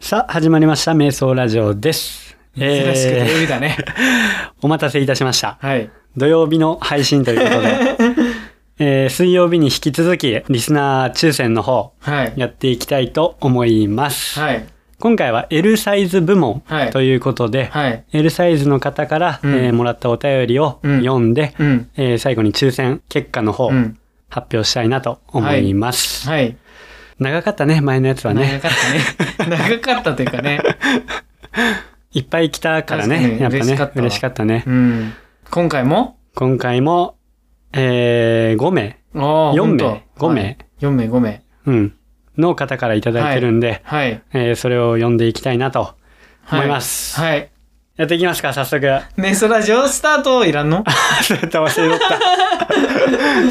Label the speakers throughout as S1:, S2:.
S1: さあ、始まりました。瞑想ラジオです。
S2: 珍しく土曜日だね。
S1: お待たせいたしました。
S2: はい。
S1: 土曜日の配信ということ で、えー水曜日に引き続き、リスナー抽選の方、
S2: はい。
S1: やっていきたいと思います。
S2: はい。
S1: 今回は L サイズ部門
S2: はい
S1: ということで、
S2: はい。
S1: L サイズの方から、
S2: うん
S1: えーもらったお便りを
S2: うん
S1: 読んで、
S2: うん。
S1: えー最後に抽選結果の方、
S2: うん。
S1: 発表したいなと思います。
S2: はい。
S1: 長かったね、前のやつはね
S2: 長。か ったね。長かったというかね。
S1: いっぱい来たからね。やっぱ
S2: 確か
S1: ね、
S2: に嬉しかったわ
S1: 嬉しかったね
S2: う。ん。今回も
S1: 今回も、えー、5名、
S2: おー
S1: 4名
S2: ほんと
S1: 5名
S2: はい4名、5名。
S1: うん、の方からいただいてるんで、
S2: はい。
S1: えーそれを読んでいきたいなと
S2: は
S1: 思います。
S2: はい。
S1: やっていきますか、早速。
S2: メソラジオスタートいらんの
S1: そうやった忘れとった。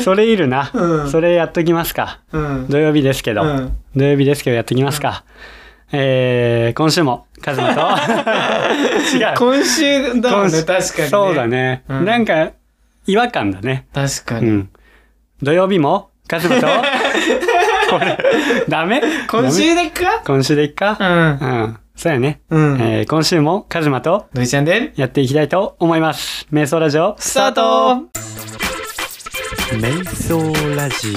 S1: それいるな、
S2: うん
S1: それやっときますか。
S2: うん。
S1: 土曜日ですけど、
S2: うん
S1: 土曜日ですけどやっときますか。えー、今週も、カズマ と、違う。
S2: 今週だもんね、確かにね。
S1: そうだ。ね、
S2: うん
S1: なんか、違和感だね。
S2: 確か
S1: う
S2: に。
S1: ん。土曜日も、カズマと、 これ、ダメ
S2: 今週でっか
S1: 今週でいっか、う
S2: う
S1: ん、そうやね。
S2: ん。うん。
S1: えー今週もカズマと
S2: ドイちゃんで、
S1: やっていきたいと思います。瞑想ラジオ、
S2: スタート
S1: 瞑想ラジ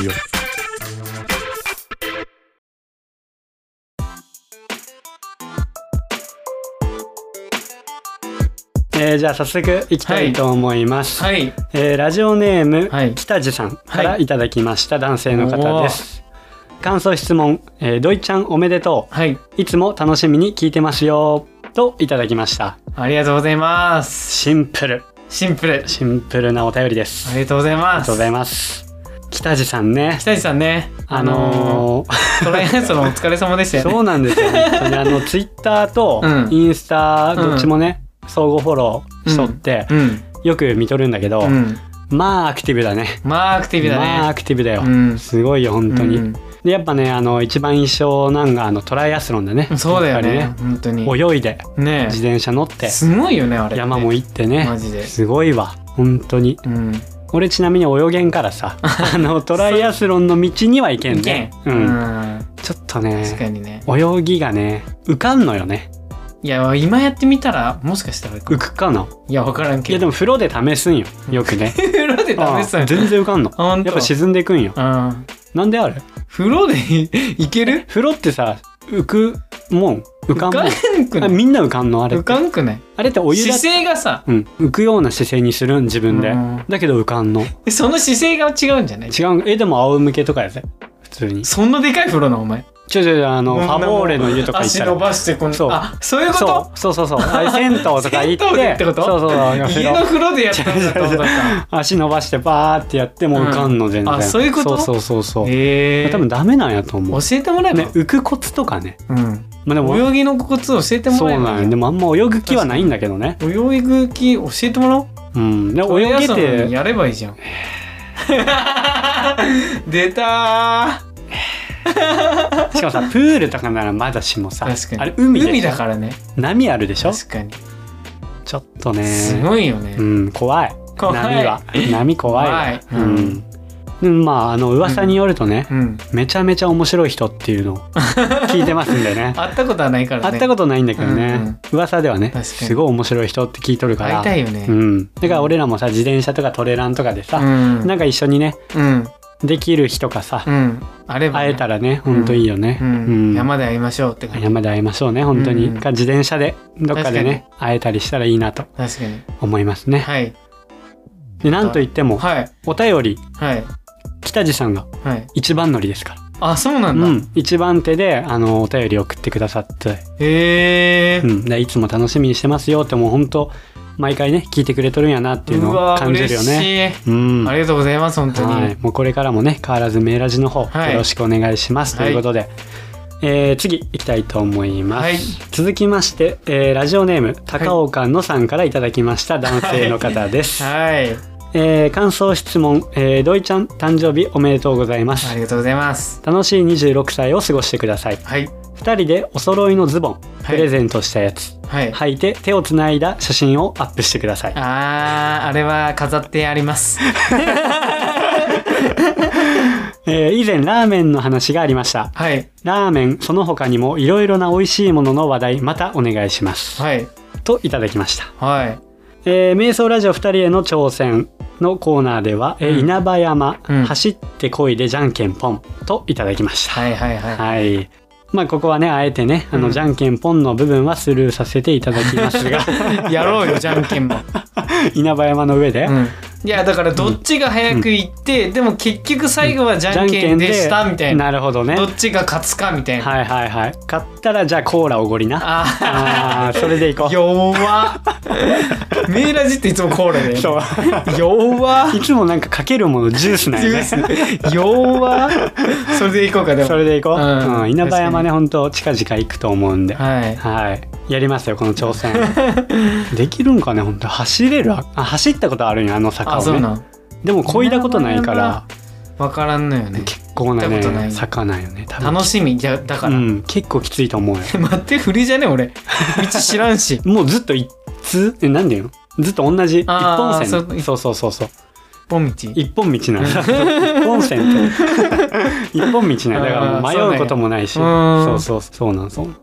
S1: オ。えーじゃあ早速いきたいと思います。
S2: はい。
S1: えーラジオネーム、
S2: はい
S1: 北地さんから
S2: はい
S1: いただきました男性の方です。感想質問、えー、ドイちゃんおめでとう。
S2: はい。
S1: いつも楽しみに聞いてますよ。といただきました。
S2: ありがとうございます。
S1: シンプル。
S2: シンプル。
S1: シンプルなお便りです。
S2: ありがとうござい
S1: あり
S2: ま
S1: が
S2: す。
S1: とうございます。北地さんね。
S2: 北地さんね、
S1: あのー
S2: ートライアンスのお疲れ様でしたよね。
S1: そうなんですよ、ね。本当にあ の、ツイッターと
S2: うん
S1: インスタ、どっちもね、相互フォローしとって、
S2: うん。
S1: よく見とるんだけど、
S2: うん。
S1: まあアクティブだね。
S2: まあ、アクティブだね。
S1: まあアクティブだよ。
S2: うん
S1: すごいよ、本当に。
S2: うん
S1: で、やっぱね、あの、一番印象なんが、あの、トライアスロンだね。
S2: そうだよ
S1: や
S2: ね
S1: っ。
S2: 本当に。
S1: ぱりね泳いで、
S2: ね
S1: 自転車乗って、
S2: すごいよね、あれ。
S1: 山も
S2: い
S1: 行ってね。
S2: マジです
S1: ごいわ、本当に。
S2: うん。
S1: 俺ちなみに泳げんから さあのトライアスロンの道には行けん
S2: 意
S1: ね
S2: 見。
S1: う、
S2: うんん。
S1: ちょっと
S2: 確か
S1: ね
S2: にね。
S1: 泳ぎがね浮かんのよね
S2: いや、今やってみたら、もしかしたら、
S1: 浮くかない
S2: や、わからん
S1: い
S2: け
S1: やで
S2: ど。
S1: も風呂で試すんよよくね
S2: 風呂で
S1: あ
S2: 試す
S1: あ
S2: の
S1: 全然浮かんの
S2: あほんと
S1: やっぱ沈んでいくんよ
S2: うん。
S1: なんであれ
S2: 風呂で いける
S1: 風呂ってさ浮くもん浮か
S2: 浮
S1: んも
S2: か
S1: ん
S2: んくな
S1: あ
S2: い
S1: みんな浮かんのあれ
S2: 浮かんくない
S1: あれってお湯だ
S2: 姿勢がさ、
S1: うん、浮くような姿勢にするん自分で
S2: うん
S1: だけど浮かんの
S2: その姿勢が違うんじゃない
S1: 違うんえでも仰向けとかやぜ普通に
S2: そんなでかい風呂な、お前。
S1: ちょちょちょあの
S2: こ
S1: フ
S2: んなもん
S1: ァボーレの湯とか行っ
S2: 足
S1: たら
S2: 伸ばしてこん
S1: そう
S2: あそういうこと
S1: そうそうそうそうあれ銭湯とか行って
S2: 銭湯でってこと
S1: そうそうそう風
S2: 家の
S1: 呂
S2: 風呂でやったんだと思 った
S1: 足伸ばしてバーってやっても浮かんの全然、
S2: うんあそういうこと
S1: そうそうそうそう、
S2: へえ
S1: 多分ダメなんやと思
S2: 教
S1: う、
S2: えてもらえば、
S1: ね、浮くコツとかね
S2: うん
S1: まあでも
S2: 泳ぎのコツ教えて
S1: そ
S2: も
S1: う
S2: らえば
S1: なんやでもあんま泳ぐ気はないんだけどね
S2: 泳ぐ気教えてもらおう
S1: うんで
S2: トライ
S1: 泳
S2: ア
S1: げ
S2: スロン
S1: て
S2: やればいいじゃん 出たー
S1: しかもさプールとかならまだしもさ
S2: 確かに
S1: あれ海で
S2: 海だからね
S1: 波あるでしょ
S2: 確かに
S1: ちょっとね
S2: すごいよね、
S1: うん怖い
S2: 怖い
S1: 波は波怖いわ
S2: 怖い
S1: うん
S2: うん
S1: でもまああの噂によるとね、
S2: うん
S1: めちゃめちゃ面白い人っていう のを聞いてますんでね
S2: 会ったことはないからね
S1: 会ったことないんだけどね、
S2: うんうん
S1: 噂ではね
S2: 確かに
S1: すごい面白い人って聞いとるから
S2: 会いたいよね
S1: うん、だから俺らもさ自転車とかトレランとかでさ、
S2: うん
S1: なんか一緒にね
S2: うん
S1: できる日とかさ、
S2: うんあればね、
S1: 会えたらねほんといいよね、
S2: う
S1: うん
S2: ん、山で会いましょうって感じ
S1: 山で会いましょうね本当に、
S2: うん
S1: か自転車でどっかでね会えたりしたらいいなと
S2: 確かに
S1: 思いますね、
S2: はい
S1: でなんといっても、
S2: はい
S1: お便り
S2: はい
S1: 北地さんが
S2: はい
S1: 一番乗りですから
S2: あそうなんだ、
S1: うん、一番手であのお便り送ってくださって、
S2: へえ
S1: う、ん、でいつも楽しみにしてますよってもう本当毎回ね聞いてくれとるんやなっていう
S2: う
S1: のを
S2: わ
S1: 感じるよね。
S2: 嬉しい
S1: うん
S2: ありがとうございます本当に、
S1: はい、もうこれからもね変わらずメーラジの方
S2: はい
S1: よろしくお願いします、
S2: はい
S1: ということで、えー次いきたいと思います、
S2: はい
S1: 続きまして、えーラジオネーム高岡のさんからいただきました男性の方です、
S2: はい、
S1: えー感想質問、えー、土井ちゃん誕生日おめでとうございま
S2: あ
S1: す
S2: りがとうございます
S1: 楽しい26歳を過ごしてください
S2: はい
S1: 2人でお揃いのズボン
S2: はい
S1: プレゼントしたやつ、
S2: はい、
S1: 履いて手をつないだ写真をアップしてください
S2: あーあれは飾ってあります
S1: ええー以前ラーメンの話がありました。
S2: はい
S1: ラーメン、その他にもいろいろな美味しいものの話題、またお願いします。
S2: はい
S1: といただきました。
S2: はい
S1: えー瞑想ラジオ2人への挑戦のコーナーでは、えー
S2: うん
S1: 稲葉山、
S2: うん
S1: 走ってこいでじゃんけんぽんといただきました。
S2: はいはいはい
S1: はい。まあ、ここはね、あえてね、あの、
S2: うん
S1: じゃんけんぽんの部分はスルーさせていただきます が、
S2: やろうよじゃんけんも、
S1: 稲葉山の上で、
S2: うん、いやだからどっちが早く行って、でも結局最後はじ
S1: じ
S2: ゃんけんでしたみたいな、
S1: なるほどね。
S2: どっちが勝つかみたいな、
S1: はいはいはい。買ったら、じゃあコーラおごりな。
S2: あ
S1: ああ、それでいこ
S2: あ
S1: う。
S2: 弱っメイラジっていつもコーラで
S1: そう。
S2: 弱っ
S1: いつもなんかかけるものジュースなんよね。
S2: 弱っそれでいこうかでも
S1: それでいこう。
S2: うん
S1: うん、稲葉山
S2: 確か
S1: ね、
S2: に
S1: ほんと近々行くと思うんで。
S2: はい
S1: はい。やりますよ、この挑 戦。できるんかね、本当走れるあ、走ったことあるんよ、あの坂
S2: あそ
S1: を
S2: う
S1: ね。
S2: なん
S1: でも、こいだことないから、
S2: わからんのよね
S1: 結構な
S2: 行ったことな
S1: ね、
S2: い
S1: 坂なんよね。多分
S2: 楽しみじゃだから、
S1: うん、結構きついと思うよ。
S2: 待って振りじゃ ね俺道知らんし
S1: もうずっと一通、え、なんでよ。ずっと同じ一
S2: あ
S1: 本
S2: ー
S1: 線。そうそうそうそう。
S2: ポン道
S1: 一本道なんだ。一本線って。 一本道なんだ。だから
S2: あー
S1: もう迷うこともないし。
S2: そうなんや
S1: そううんそうそう、そうなんそうなん。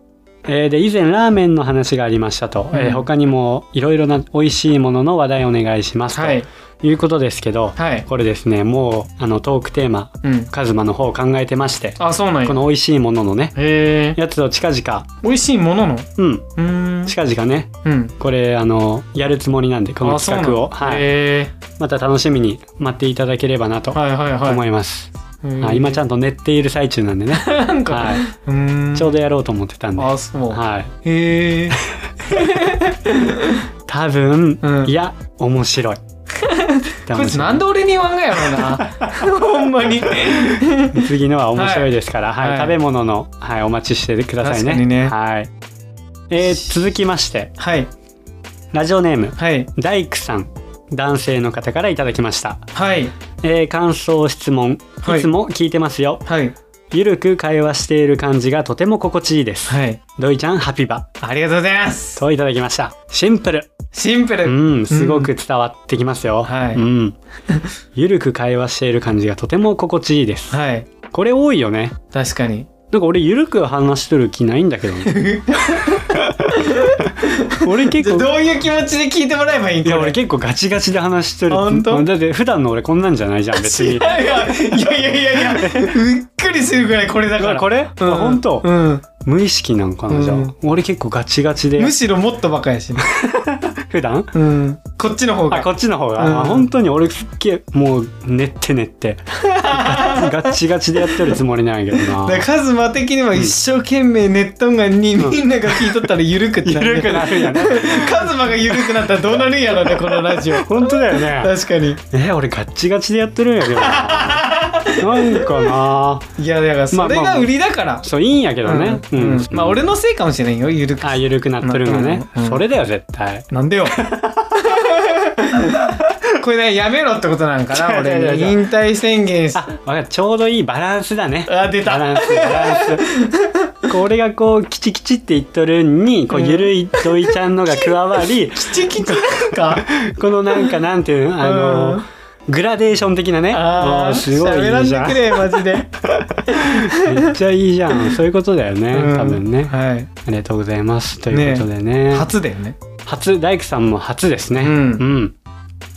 S1: えーで以前ラーメンの話がありましたと、えー
S2: うん
S1: 他にもいろいろな美味しいものの話題お願いします
S2: はい
S1: ということですけど、
S2: はい
S1: これですねもうあのトークテーマ
S2: うん
S1: カズマの方を考えてまして
S2: あそうなんや
S1: この美味しいもののね
S2: へえ
S1: やつを近々
S2: 美味しいもののう
S1: うん
S2: ーん
S1: 近々ね
S2: うん
S1: これあのやるつもりなんでこの
S2: あそうな
S1: 企
S2: ん
S1: 画を、はい、
S2: へ
S1: また楽しみに待っていただければなと
S2: ーはいはいはい
S1: 思います、
S2: へー
S1: はい今ちゃんと寝ている最中なんで ね、
S2: なんか、
S1: は
S2: うーん
S1: い、ちょうどやろうと思ってたんで、
S2: あそう、
S1: はい、
S2: へえ
S1: 多分、
S2: うん
S1: いや面 白い
S2: こいつなんで俺に言わんがやろうな ほんまに
S1: 次のは面白いですから、はい
S2: はい
S1: 食べ物の、はい、お待ちしてくださいね
S2: 確かにね
S1: はいえー続きまして
S2: はい
S1: ラジオネーム
S2: はい
S1: 大工さん男性の方からいただきました、
S2: はい
S1: えー感想質問
S2: はい
S1: いつも聞いてますよ、
S2: はい
S1: ゆるく会話している感じがとても心地いいです、
S2: はい
S1: ドイちゃんハピバ
S2: ありがとうございます
S1: といただきましたシンプル
S2: シンプル、
S1: うんすごく伝わってきますよ、
S2: はい
S1: うん、ゆるく会話している感じがとても心地いいです
S2: はい
S1: これ多いよね
S2: 確かに
S1: なんか俺ゆるく話してる気ないんだけど ね俺
S2: じ
S1: 結
S2: ゃあ
S1: 構
S2: どういう気持ちで聞いてもらえばいいん
S1: い
S2: こ
S1: や
S2: れ
S1: 俺結構ガチガチで話してる
S2: あ本当
S1: だって普段の俺こんなんじゃないじゃん別
S2: 違うよ
S1: に
S2: いやいやいやいやうっくりするぐらいこれだから
S1: これ、
S2: うん、
S1: あ本当、
S2: うん、
S1: 無意識なんかなじゃあ、
S2: うん
S1: 俺結構ガチガチで
S2: むしろもっとバカやしね、
S1: 普段
S2: うん、こっちの方
S1: あ
S2: が
S1: こっちの方が、
S2: うん
S1: あ本当に俺すっげえもう練って練って ガッチガチでやってるつもりなんやけ ど
S2: だ
S1: な
S2: からカズマ的には一生懸命ネットンガンにみんなが聞いとったら緩くってなる、
S1: 緩くなるんやね
S2: カズマが緩くなったらどうなるんやろねこのラジオ
S1: 本当だよね
S2: 確かに
S1: え俺ガッチガチでやってるんやけ どななんかない
S2: やだからそれ
S1: まあまあ
S2: が売りだから、
S1: そういいんやけどね、
S2: うんうんまあ俺
S1: の
S2: のせいかもしれんよ緩く
S1: あ緩くなってるのがね、
S2: うんうん
S1: それだよ絶対
S2: なんでよ これねやめろってことなんかな
S1: 違う違
S2: 俺
S1: う
S2: に
S1: 違
S2: 引退宣言し
S1: あ分かったちょうどいいバランスだね
S2: あ出
S1: バ
S2: た
S1: ランスバランスこれがこうキチキチって言っとるんにこうゆるい土井ちゃんのが加わり
S2: キチキチなんか
S1: このなんかなんていうのあの、
S2: うん
S1: グラデーション的なね
S2: あ
S1: あ
S2: あ
S1: ーすごい
S2: 喋ら
S1: いいじゃ
S2: んでく
S1: ん
S2: れマジで、
S1: めっちゃいいじ ゃんそういうことだよね、
S2: うん
S1: 多分ね
S2: はい
S1: ありがとうございますということでね
S2: 初だよね
S1: 初大工さんも初ですね
S2: うん
S1: うん、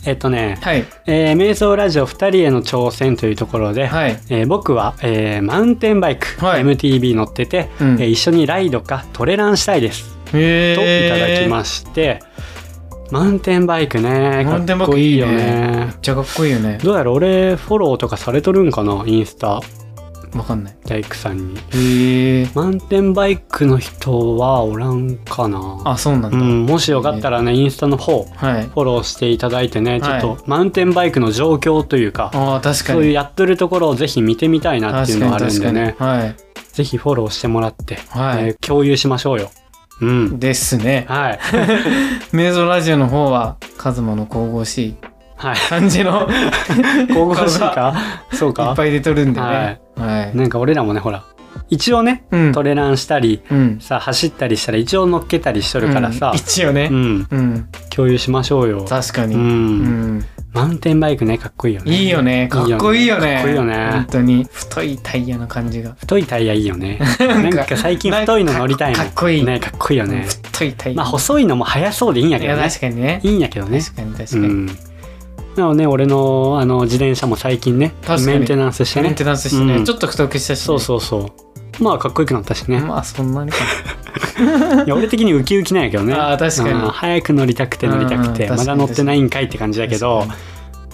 S1: えっとね
S2: はい
S1: えー瞑想ラジオ2人への挑戦というところで、
S2: はい
S1: えー僕は、えーマウンテンバイク、
S2: はい
S1: MTB 乗ってて、
S2: うん
S1: えー一緒にライドかトレランしたいですといただきまして、マウンテンバイクね
S2: マ
S1: か
S2: ウンテンバ
S1: っ
S2: イ
S1: こ
S2: ク
S1: い
S2: い
S1: い
S2: い
S1: よ
S2: ね
S1: ね
S2: めっちゃかっこいいよね
S1: どうやら俺フォローとかされとるんかなインスタ
S2: わかんない
S1: 大工さんに
S2: へえ
S1: マウンテンバイクの人はおらんかな
S2: あそうな
S1: う
S2: んだ、
S1: んもしよかったらねインスタの方
S2: はい
S1: フォローしていただいてねちょっと、
S2: は
S1: マウンテンバイクの状況というか
S2: ああ確か
S1: そういう
S2: に
S1: やっとるところをぜひ見てみたいなっていうの
S2: 確
S1: が
S2: か
S1: あ
S2: に
S1: るん
S2: 確
S1: で
S2: かに
S1: ね、
S2: はい
S1: ぜひフォローしてもらって、
S2: はい、
S1: えー共有しましょうよ。うん。
S2: ですね
S1: はい。
S2: メイゾラジオの方はカズマの神々しい
S1: はい。
S2: 感じの
S1: 神
S2: い
S1: 々しいかそうか
S2: っぱい出とるんでね
S1: はい
S2: はい、
S1: なんか俺らもね、ほら、一応ね、
S2: うん
S1: トレランしたり、
S2: うん
S1: さ、走ったりしたら一応乗っけたりしとるからさ
S2: うん、一応ね
S1: うん、
S2: うん、
S1: 共有しましょうよ。
S2: 確かに、
S1: う。
S2: うんん
S1: マウンテンバイクね、かっこいいよね。
S2: いいよねかっこいいよね
S1: かっこいいよね
S2: 本当に太いタイヤの感じが
S1: 太いタイヤいいよね。
S2: な
S1: なんん
S2: か
S1: か最近太いの乗りたいね。
S2: なんかかっこいい
S1: ね、かっこいいよね。
S2: 太いタイヤ、
S1: まあ細いのも速そうでいいんや
S2: い
S1: けど
S2: や
S1: ね。
S2: 確かにね
S1: いいんやけどね。
S2: 確かに確か
S1: う
S2: に、
S1: ん。なのでね、俺のあの自転車も最近ね
S2: 確か、に
S1: メンテナンスして
S2: メ
S1: ね
S2: ン。テナンスしてね、
S1: うん
S2: ちょっと太くしたし、ね、
S1: そうそうそう。まあかっこよくなったしね。
S2: まあそんなにか
S1: いや俺的にウキウキなんやけどね。
S2: あー確かに
S1: うん早く乗りたくて乗りたくて、
S2: うんうん
S1: まだ乗ってないんかいって感じだけど、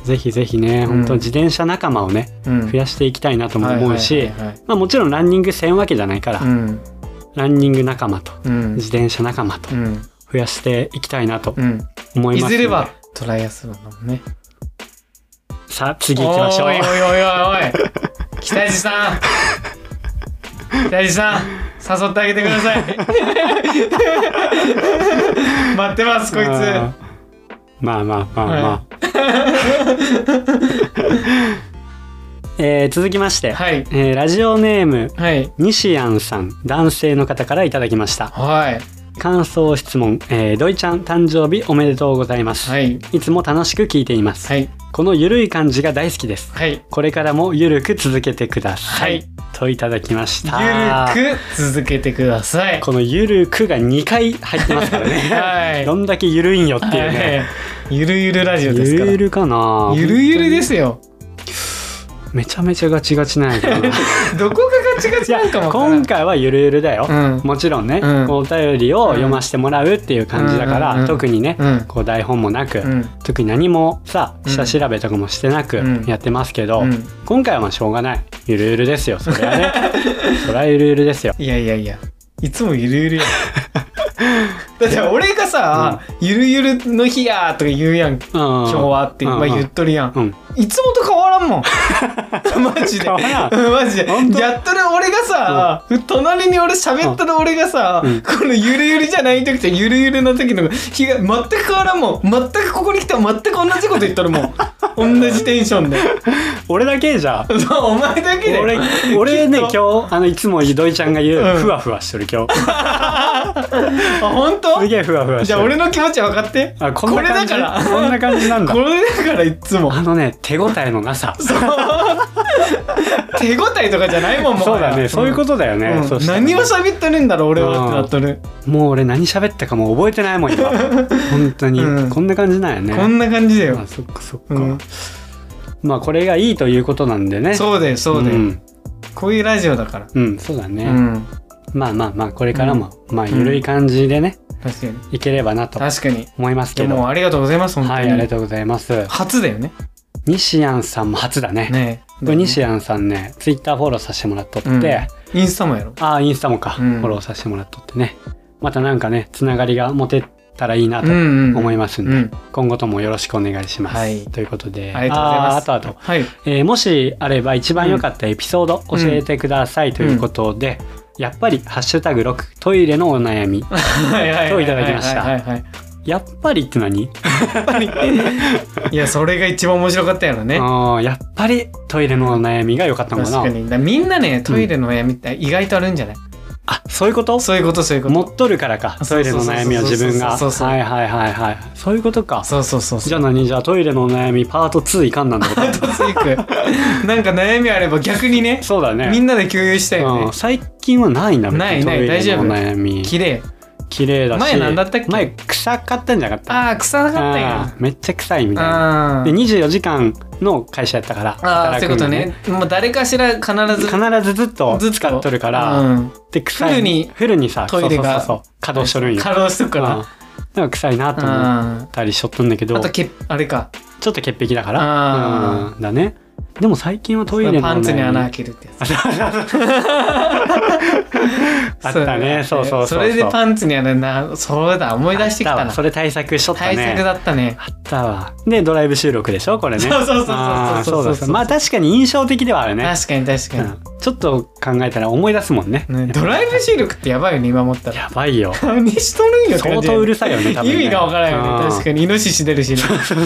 S1: ぜひぜひね、
S2: うん
S1: 本当自転車仲間をね、
S2: 増
S1: 増やしていきたいなとも思うし、
S2: う
S1: まあもちろんランニングせんわけじゃないから、
S2: ん
S1: ランニング仲間と
S2: うん
S1: 自転車仲間と
S2: うん
S1: 増やしていきたいなと
S2: うん
S1: 思い
S2: い
S1: ますので
S2: ずれはトライアスロンだもんね
S1: さあ次行きましょう
S2: おいおいおいおいおい北地さん北地さん誘ってあげてください 待ってますこいつ
S1: あーまあまあまあまあ、
S2: は
S1: えー続きまして、
S2: はい
S1: えーラジオネーム
S2: はい
S1: 西安さん男性の方からいただきました
S2: はい
S1: 感想質問、えー、ドイちゃん誕生日おめでとうございます、
S2: はい
S1: い、つも楽しく聞いています、
S2: はい
S1: このゆるい感じが大好きです
S2: はい
S1: これからもゆるく続けてください、
S2: はい
S1: といただきました
S2: ゆるく続けてください
S1: このゆるくが2回入ってますからね
S2: はい
S1: どんだけゆるいんよっていうね、
S2: はいゆるゆるラジオです
S1: ゆ
S2: か
S1: る
S2: ら
S1: ゆるかな
S2: ゆるゆるですよ
S1: めちゃめちゃガチガチなんやけど な
S2: どこがガチガチなんかもわからん
S1: 今回はゆるゆるだよ、
S2: うん
S1: もちろんね、
S2: うん
S1: こうお便りを読ませてもらうっていう感じだから、
S2: うんうんうん
S1: 特にね、
S2: うん
S1: こう台本もなく、
S2: うん
S1: 特に何もさ
S2: うん
S1: 下調べとかもしてなく
S2: うん
S1: やってますけど、
S2: うん
S1: 今回はまあしょうがないゆるゆるですよそれは ねそれはゆるゆるですよ
S2: いやいやいやいつもゆるゆるやん だって俺がさ、ゆるゆるの日や」とか言うやん「
S1: 今
S2: 今日は」って、
S1: うん
S2: まあ、言っとるやん、
S1: うん
S2: いつもと変わらん もんマジで
S1: 変わら
S2: マジで
S1: 本当
S2: やっとる俺がさ、隣に俺喋っとる俺がさ、
S1: うん
S2: このゆるゆるじゃない時とゆるゆるの時の日が全く変わらんもん全くここに来ても全く同じこと言っとる もん同じテンションで
S1: 俺だけじゃ
S2: そうお前だけで
S1: 俺俺ね
S2: きっと
S1: 今日あのいつも土井ちゃんが言う、
S2: うん
S1: ふわふわしてる今日
S2: あ本当
S1: すげえふわふわしてる
S2: じゃあ俺の気持ち分かって
S1: あこんな感じ
S2: これだから
S1: こんな感じなんだ
S2: これだからいっつも
S1: あのね手応えのな さそう
S2: 手応えとかじゃないもんも
S1: だねそういうこととだよね、そしたら
S2: 何を喋ってるんだろう俺はってなっとる
S1: もう俺何喋ったかもう覚えてないもん 今本当に、
S2: うん
S1: こんな感じなんやね
S2: こんな感じだよ
S1: あそっかそっか、
S2: うん
S1: まあこれがいいということなんでねう
S2: そうだよそうだよ
S1: ん、
S2: こういうラジオだから
S1: うん、そうだね、
S2: うん
S1: まあまあまあこれからも、まあゆるい感じでね、
S2: 確かに
S1: いければなと
S2: 確かに
S1: 思います
S2: で
S1: け
S2: も
S1: ど
S2: ありがとうございます本
S1: はい
S2: 当
S1: ありが
S2: に
S1: とうございます
S2: 初だよね
S1: 西安さんも初だね
S2: ね
S1: これ西安さんねツイッターフォローさせてもらっとって、
S2: うん
S1: あ
S2: インスタもやろ
S1: あインスタもか、
S2: うん
S1: フォローさせてもらっとってねまたなんかねつながりが持てたらいいなと
S2: うん
S1: 思い
S2: ま
S1: ますんで、
S2: うん
S1: 今後ともよろしくお願いします、
S2: はい
S1: ということで
S2: ありがとうございます
S1: あーあとあと
S2: はい
S1: えーもしあれば一番良かったエピソード教えてくださいということで、やっぱり「ハッシュタグ #6 トイレのお悩み
S2: はいは
S1: 今日いただきました
S2: はいはい」
S1: やっぱりって何
S2: はいはいいやそれが一番面白かったやろね
S1: あーやっぱりトイレのお悩みが良かったのか
S2: 確
S1: な
S2: かにだからみんなねトイレの悩みって意外とあるんじゃない、
S1: あそういうこと
S2: そういうことそういうこと
S1: 持っとるからかト
S2: そ
S1: イ
S2: う
S1: レ
S2: そう
S1: の
S2: そうそう
S1: 悩みを自分が
S2: そうそうそう
S1: はいはいはいはいそういうことか
S2: そうそうそうそう
S1: じゃあ何じゃあトイレのお悩みパート2いかんなんだ こと
S2: ついくなんか悩みあれば逆にね
S1: そうだね
S2: みんなで共有したいよ
S1: う
S2: ね
S1: ん、最近はないんだもん
S2: ないない
S1: トイレのお悩み
S2: 綺麗
S1: 綺麗だし
S2: 前なんだったっけ
S1: 前臭かったんじゃなかった
S2: ああ臭かったんや
S1: あーめっちゃ臭いみたいな
S2: あ
S1: で24時間の会社やったから
S2: ああー
S1: 働
S2: そうい
S1: く
S2: うこと
S1: のね
S2: ねもう誰かしら必ず
S1: 必ずずっと
S2: ずっと
S1: 使っとるから、
S2: うん
S1: で臭い
S2: フルに
S1: フルにさ
S2: トイレ
S1: そう
S2: が
S1: そうそう稼働しとるんよ
S2: 稼働しとく
S1: うんだ
S2: か
S1: から臭いなと思っ
S2: らうん
S1: たりしとったんだけど
S2: あ
S1: ち
S2: とけあれか
S1: ょっと潔癖だから
S2: あ
S1: うんだねでも最近はトイレの
S2: パンツに穴開
S1: け
S2: けるってやつ
S1: あったねそうそうそう
S2: それで
S1: ン
S2: パンツに穴なそうだ思い出してきたな
S1: それ対策しとった
S2: 対策
S1: ね
S2: だったね
S1: あったわでドライブ収録でしょこれね
S2: そうそうそうそうそう
S1: あーそうだ
S2: そうそうそう
S1: まあ確かに印象的ではあるね
S2: 確かに確かに
S1: うんちょっと考えたら思い出すもんね
S2: ねドライブ収録ってやばいよね今思ったら。
S1: やばい よ
S2: 何しとるんよって
S1: 相
S2: 感じ
S1: 当うるさいよね多分ね
S2: 意味がわからんよ
S1: う
S2: ね
S1: ん
S2: 確かにイノシシ出 るしね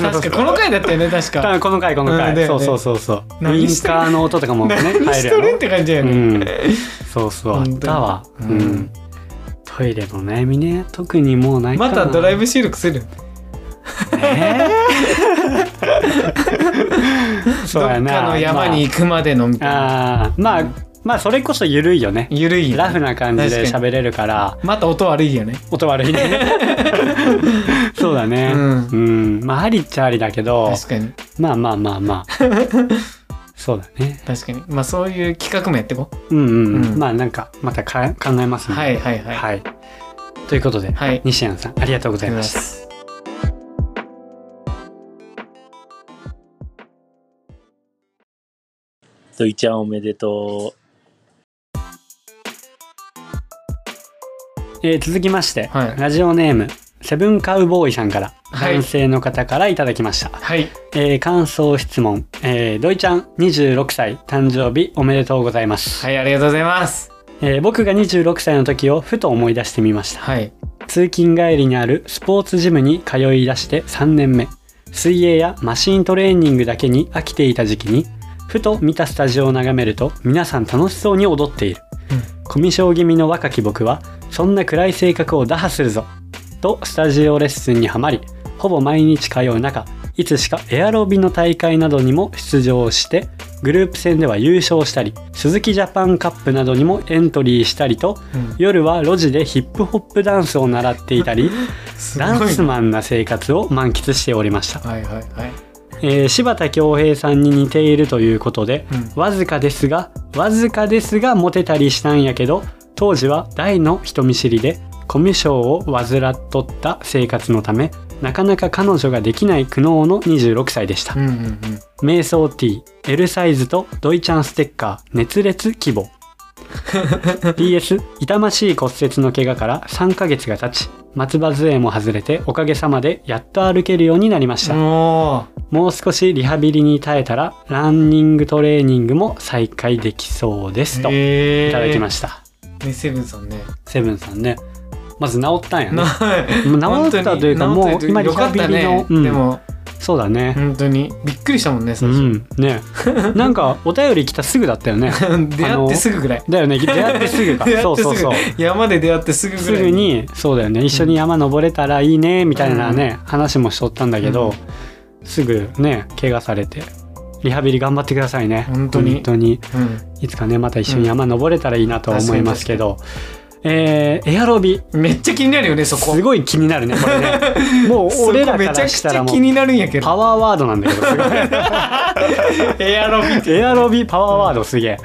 S2: 確かこの回だったよね確
S1: 多
S2: か
S1: 分この回この
S2: う
S1: 回、
S2: んだよ
S1: そう
S2: ね
S1: そうそうそうウ
S2: 何
S1: ィ
S2: し
S1: ン
S2: てる
S1: カーの音とかもね
S2: 何
S1: 入
S2: し
S1: る
S2: と
S1: や
S2: るん
S1: ろ
S2: って感じだよ
S1: う
S2: ね
S1: ん、そうそうあ
S2: 本当
S1: っ
S2: に
S1: たわ、う
S2: うんん
S1: トイレの悩みね特にもうないか
S2: ま
S1: な
S2: たドライブ収録する
S1: ね そうやな
S2: どっかの山に行くまでのみたいな、
S1: あーまあまあそれこそ緩いよね
S2: ゆるいよね
S1: ラフな感じで
S2: 確かに
S1: 喋れるから
S2: また音悪いよね
S1: 音悪い ねそうだね
S2: う
S1: うんん、まあありっちゃありだけど
S2: 確かに
S1: まあまあまあまあ そうだね
S2: 確かにまあそういう企画もやってこう
S1: うんうん、
S2: うん
S1: まあなんかまたか考えますね
S2: はいはいはい
S1: はい、ということで、
S2: はい
S1: 西山さんありがとうございました
S3: といちゃんおめでと
S1: えー続きまして、
S2: はい
S1: ラジオネームセブンカウボーイさんから
S2: はい
S1: 男性の方からいただきました、
S2: はい
S1: えー感想質問、えー、ドイちゃん26歳誕生日おめでとうございます、
S2: はいありがとうございます
S1: えー僕が26歳の時をふと思い出してみました
S2: はい
S1: 通勤帰りにあるスポーツジムに通い出して3年目水泳やマシントレーニングだけに飽きていた時期にふと見たスタジオを眺めると皆さん楽しそうに踊っている、コミュ障気味の若き僕はそんな暗い性格を打破するぞとスタジオレッスンにはまりほぼ毎日通う中いつしかエアロビの大会などにも出場してグループ戦では優勝したり鈴木ジャパンカップなどにもエントリーしたりと
S2: うん
S1: 夜は路地でヒップホップダンスを習っていた り
S2: すごい
S1: ダ
S2: な
S1: ンスマンな生活を満喫しておりました、
S2: はいはいはい
S1: えー柴田恭平さんに似ているということで、
S2: うん
S1: わずかですがわずかですがモテたりしたんやけど当時は大の人見知りでコミュ障を患っとった生活のためなかなか彼女ができない苦悩の26歳でした、
S2: うんうんうん
S1: 瞑想 T、L サイズとドイちゃんステッカー、熱烈希 望。PS、痛ましい骨折の怪我から3ヶ月が経ち、松葉杖も外れておかげさまでやっと歩けるようになりました。
S2: お
S1: もう少しリハビリに耐えたら、ランニングトレーニングも再開できそうですと、い
S2: え
S1: ただきま
S2: し
S1: した。
S2: たねセブンさんね
S1: セブンさんね。まず治ったんやね
S2: な。い
S1: もう治ったというか
S2: 本当に
S1: もう今
S2: 治ったというか
S1: リハビリの
S2: よかった
S1: う
S2: ね
S1: ん
S2: でも
S1: そうだね。
S2: 本当にびっくりしたもんね
S1: う
S2: 最初
S1: ん、 ねなんかお便り来たすぐだったよね
S2: 出会ってすぐぐらい
S1: だよね出会ってすぐか
S2: 出 会
S1: そ
S2: っ
S1: う
S2: てす
S1: そ
S2: ぐ
S1: うそう
S2: 山で出会ってすぐぐ
S1: す
S2: らい
S1: ぐにそうだよね一緒に山登れたらいいねみたいなね、話もしとったんだけど、すぐね怪我されてリハビリ頑張ってくださいね
S2: 本当にうん
S1: いつかねまた一緒に山登れたらいいなとは思いますけど、えーエアロビ
S2: めっちゃ気になるよねそこ
S1: すごい気になるねこれ ねもう
S2: そこ
S1: 俺らか
S2: めちゃ
S1: ら
S2: く
S1: し
S2: ち
S1: たら
S2: ゃ
S1: も
S2: 気
S1: う
S2: になるんやけど
S1: パワーワードなんだけどすごい
S2: エアロビって
S1: エアロビパワーワードすげえ。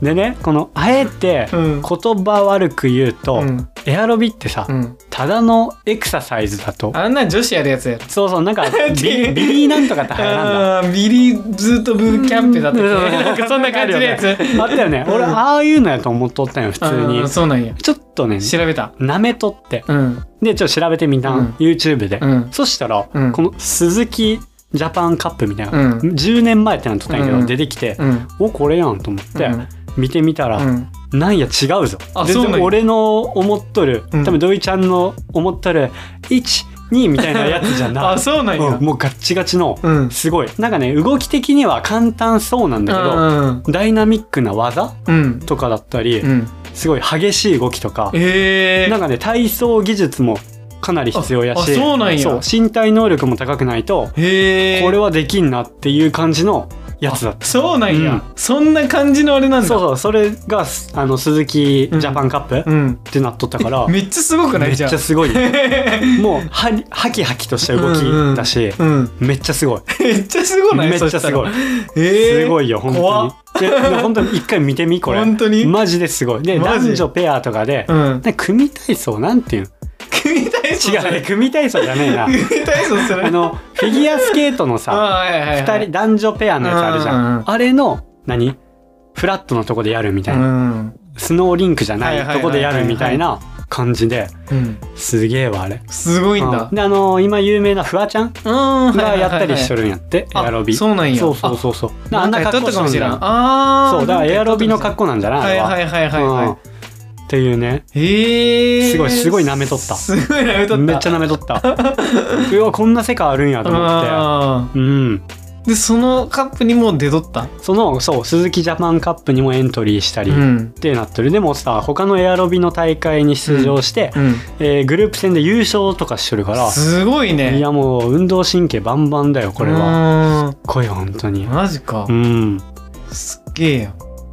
S1: でねこのあえて
S2: うん
S1: 言葉悪く言うと、
S2: うん
S1: エアロビってさ、
S2: うん
S1: ただのエクササイズだと
S2: あんなん女子やるやつやろ
S1: そうそうなん か
S2: 違
S1: ビ
S2: う
S1: ビリーなんとかって流行らんだ。
S2: あービリーズとブーキャンプだったっけ
S1: うんうん
S2: なんかそんな感じのやつ
S1: あったよね俺ああいうのやと思っとったんよ普通
S2: あー
S1: に
S2: そうなんや
S1: ちょっとね
S2: 調べた
S1: なめとって
S2: うん
S1: でちょっと調べてみたん、
S2: うん
S1: YouTube で、
S2: うん
S1: そしたら、
S2: うん
S1: この鈴木ジャパンカップみたいな、
S2: うん
S1: 10年前ってなっとったんやけど、
S2: うん
S1: 出てきて、
S2: うん
S1: おこれやんと思って、
S2: うん
S1: 見てみたら、
S2: うん
S1: なんや違うぞ
S2: あ
S1: 全
S2: そうなん
S1: 然
S2: や
S1: 俺の思っとる、
S2: うん
S1: 多分土井ちゃんの思っとる12みたいなやつじゃな
S2: あ
S1: い
S2: そうなんや
S1: うんもうガッチガチの、
S2: うん
S1: すごいなんかね動き的には簡単そうなんだけど、
S2: うん
S1: ダイナミックな技
S2: うん
S1: とかだったり、
S2: うん
S1: すごい激しい動きとか、
S2: ええ
S1: なんかね体操技術もかなり必要や
S2: ああ
S1: し
S2: そうなんや
S1: そう身体能力も高くないと、
S2: へえ
S1: これはできんなっていう感じのやつだった。
S2: そうなんや、
S1: うん
S2: そんな感じのあれなんだ
S1: そうそうそれがあの鈴木ジャパンカップ、
S2: うん
S1: ってなっとったから
S2: めっちゃすごくな
S1: め
S2: い
S1: っ
S2: じ
S1: ち
S2: ゃん
S1: ゃすご いもうはりハキハキとした動きだし、
S2: うんうん、
S1: めっちゃすごい
S2: めっちゃすごない
S1: めっちゃすごい、
S2: え
S1: すごいよ本当に
S2: 怖
S1: いやでも本当に一回見てみこれ
S2: 本当に
S1: マジですごいで
S2: マジ
S1: 男女ペアとかで、
S2: うん
S1: なんか組体操なんていうの
S2: 組体操
S1: 違うね組体操じゃねえ な
S2: 組体操する
S1: あのフィギュアスケートの
S2: あ
S1: さ
S2: はいはいは
S1: 二
S2: い
S1: 人男女ペアのやつあるじゃん、
S2: うんうんうん
S1: あれの何フラットのとこでやるみたいな、
S2: うん
S1: スノーリンクじゃないとこでやるみたいな感じで
S2: うん
S1: すげえわあれ
S2: すごいんだ
S1: うんであのー今有名なフワちゃん
S2: うん
S1: がやったりしと
S2: る
S1: るんやって、
S2: はいはいはい
S1: エアロビ
S2: あそうなんや
S1: そうそうそうそう
S2: な
S1: あ
S2: ん
S1: ん
S2: か
S1: な
S2: やっと
S1: 格
S2: っ
S1: 好しと
S2: たかも
S1: るん
S2: し
S1: じ
S2: れ
S1: ゃ
S2: ん
S1: ない
S2: あー
S1: そうだからエアロビの格好なんじゃない
S2: はいはいいはいはいは
S1: っていうね
S2: いへえ
S1: すごいすごい舐めとった
S2: すごい舐めとった
S1: めっちゃ
S2: ゃ
S1: 舐めとったうわこんな世界あるんやと思って
S2: あ
S1: うん
S2: ーでそのカップにも出とった
S1: そのそう鈴木ジャパンカップにもエントリーしたり、
S2: ん
S1: ってなってるでもさ他のエアロビの大会に出場して、
S2: うん
S1: えーグループ戦で優勝とかしてるから
S2: すごいね
S1: いやもう運動神経バンバンだよこれは
S2: は
S1: これ本当に
S2: マジか
S1: うん
S2: すっげえよ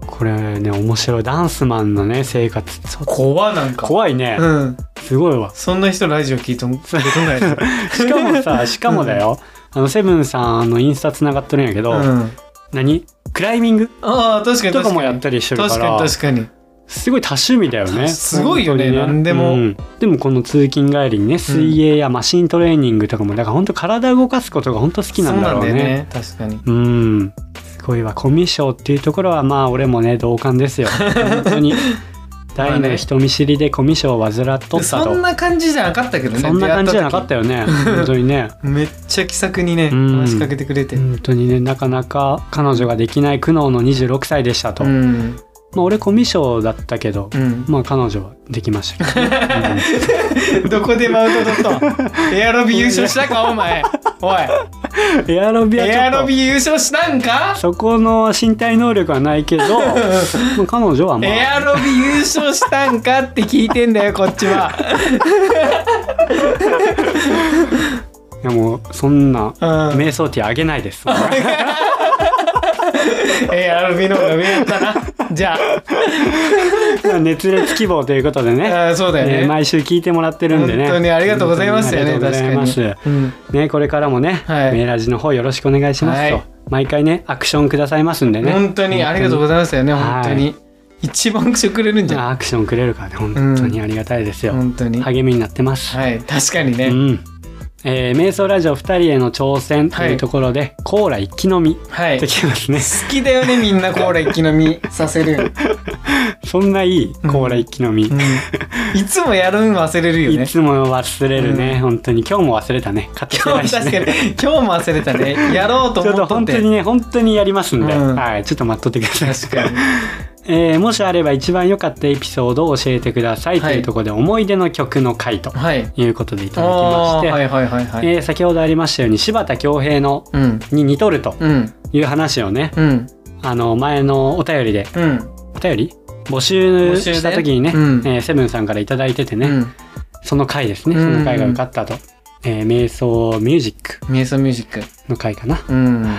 S1: これね面白いダンスマンのね生活そう
S2: 怖なんか
S1: 怖いね、
S2: うん
S1: すごいわ
S2: そんな人ラジオ聞いても出てこないです
S1: し
S2: よ
S1: かもさしかもだよ、あのセブンさんのインスタつながってるんやけど、
S2: うん
S1: 何クライミング
S2: ああ確かに
S1: と
S2: 確か
S1: か
S2: に
S1: もやったりしてる
S2: 確
S1: か
S2: からに確かに
S1: すごい多趣味だよね。
S2: すごいよね
S1: 本当に
S2: 何でも
S1: うんでもこの通勤帰りにね、水泳やマシントレーニングとかも、だから本当体動かすことが本当好きなんだろう
S2: そうなんだよ
S1: ね。
S2: ね確かに
S1: うん。すごいわ。コミュ障っていうところは、まあ俺もね、同感です よ。本当に。大の人見知りでコミュ障を患っとった
S2: そ
S1: と
S2: ん。な感じじゃなかったけどね
S1: そんな感じじゃなかったよね。本当にね。
S2: 出会った時めっちゃ気さくにね
S1: うん
S2: 話しかけてくれて
S1: 本当にね、なかなか彼女ができない苦悩の26歳でしたと。
S2: うん
S1: まあ俺コミュ障だったけど、
S2: うん
S1: まあ彼女はできましたけどね、うん
S2: どこでマウント取 ったんエアロビ優勝したかお前おい
S1: エアロビはち
S2: エ
S1: ょっと
S2: アロビ優勝したんか
S1: そこの身体能力はないけ どまあ彼女はま
S2: エ
S1: あ
S2: アロビ優勝したんかって聞いてんだよこっちはい
S1: やもうそんな
S2: うん
S1: 瞑想ティーあげないです
S2: エアロビの方が上やったなじゃ
S1: 熱烈希望ということでね、
S2: ああーそうだよ
S1: えー
S2: ね
S1: 毎週聞いてもらってるんでね
S2: 本当にありがとうございますよね
S1: 本当にありがとうございま
S2: 確かにうん
S1: すねこれからもね、
S2: はい
S1: メーラジの方よろしくお願いしますと、
S2: はい
S1: 毎回ねアクションくださいますんでね
S2: 本当にありがとうございますよね
S1: 本当に
S2: 本当に一番くしくれるんじゃ
S1: あアクションくれるからね本当にありがたいですよ、
S2: ない本当には
S1: 励みになってます、
S2: い確かに
S1: う
S2: ね
S1: んえー瞑想ラジオ2人への挑戦というところで、コーラ一気飲み
S2: はい
S1: で
S2: 好
S1: きますね
S2: きだよねみんなコ ーラ一気飲みさせる
S1: そんないいコーラ一気飲み、
S2: いつもやるん忘れるよね
S1: いつも忘れるね、本当に今日も忘れたね買ってきて
S2: 今
S1: な
S2: 日
S1: いし
S2: 確か
S1: ね
S2: に今日も忘れたねやろうと
S1: ちょっと
S2: 思っとっ
S1: 本当
S2: て
S1: にね本当にやりますんで、
S2: うん
S1: はいちょっと待っとってください、
S2: 確かに
S1: えーもしあれば一番良かったエピソードを教えてくださいと
S2: はい
S1: いうところで、思い出の曲の回と
S2: はい
S1: いうことでいただきまし
S2: あー
S1: て、
S2: はいはいはいはい
S1: えー先ほどありましたように柴田恭平の
S2: うん
S1: に似とると
S2: うん
S1: いう話をね
S2: うん
S1: あの前のお便りで
S2: うん
S1: お便り募集
S2: 募集で
S1: した時にね、
S2: うん
S1: えーセブンさんから頂いいててね、
S2: うん
S1: その回ですね。
S2: うん
S1: その回が受かったと。えー瞑想ミュージック
S2: ミエソミュージック
S1: の回かな。
S2: うん
S1: はい。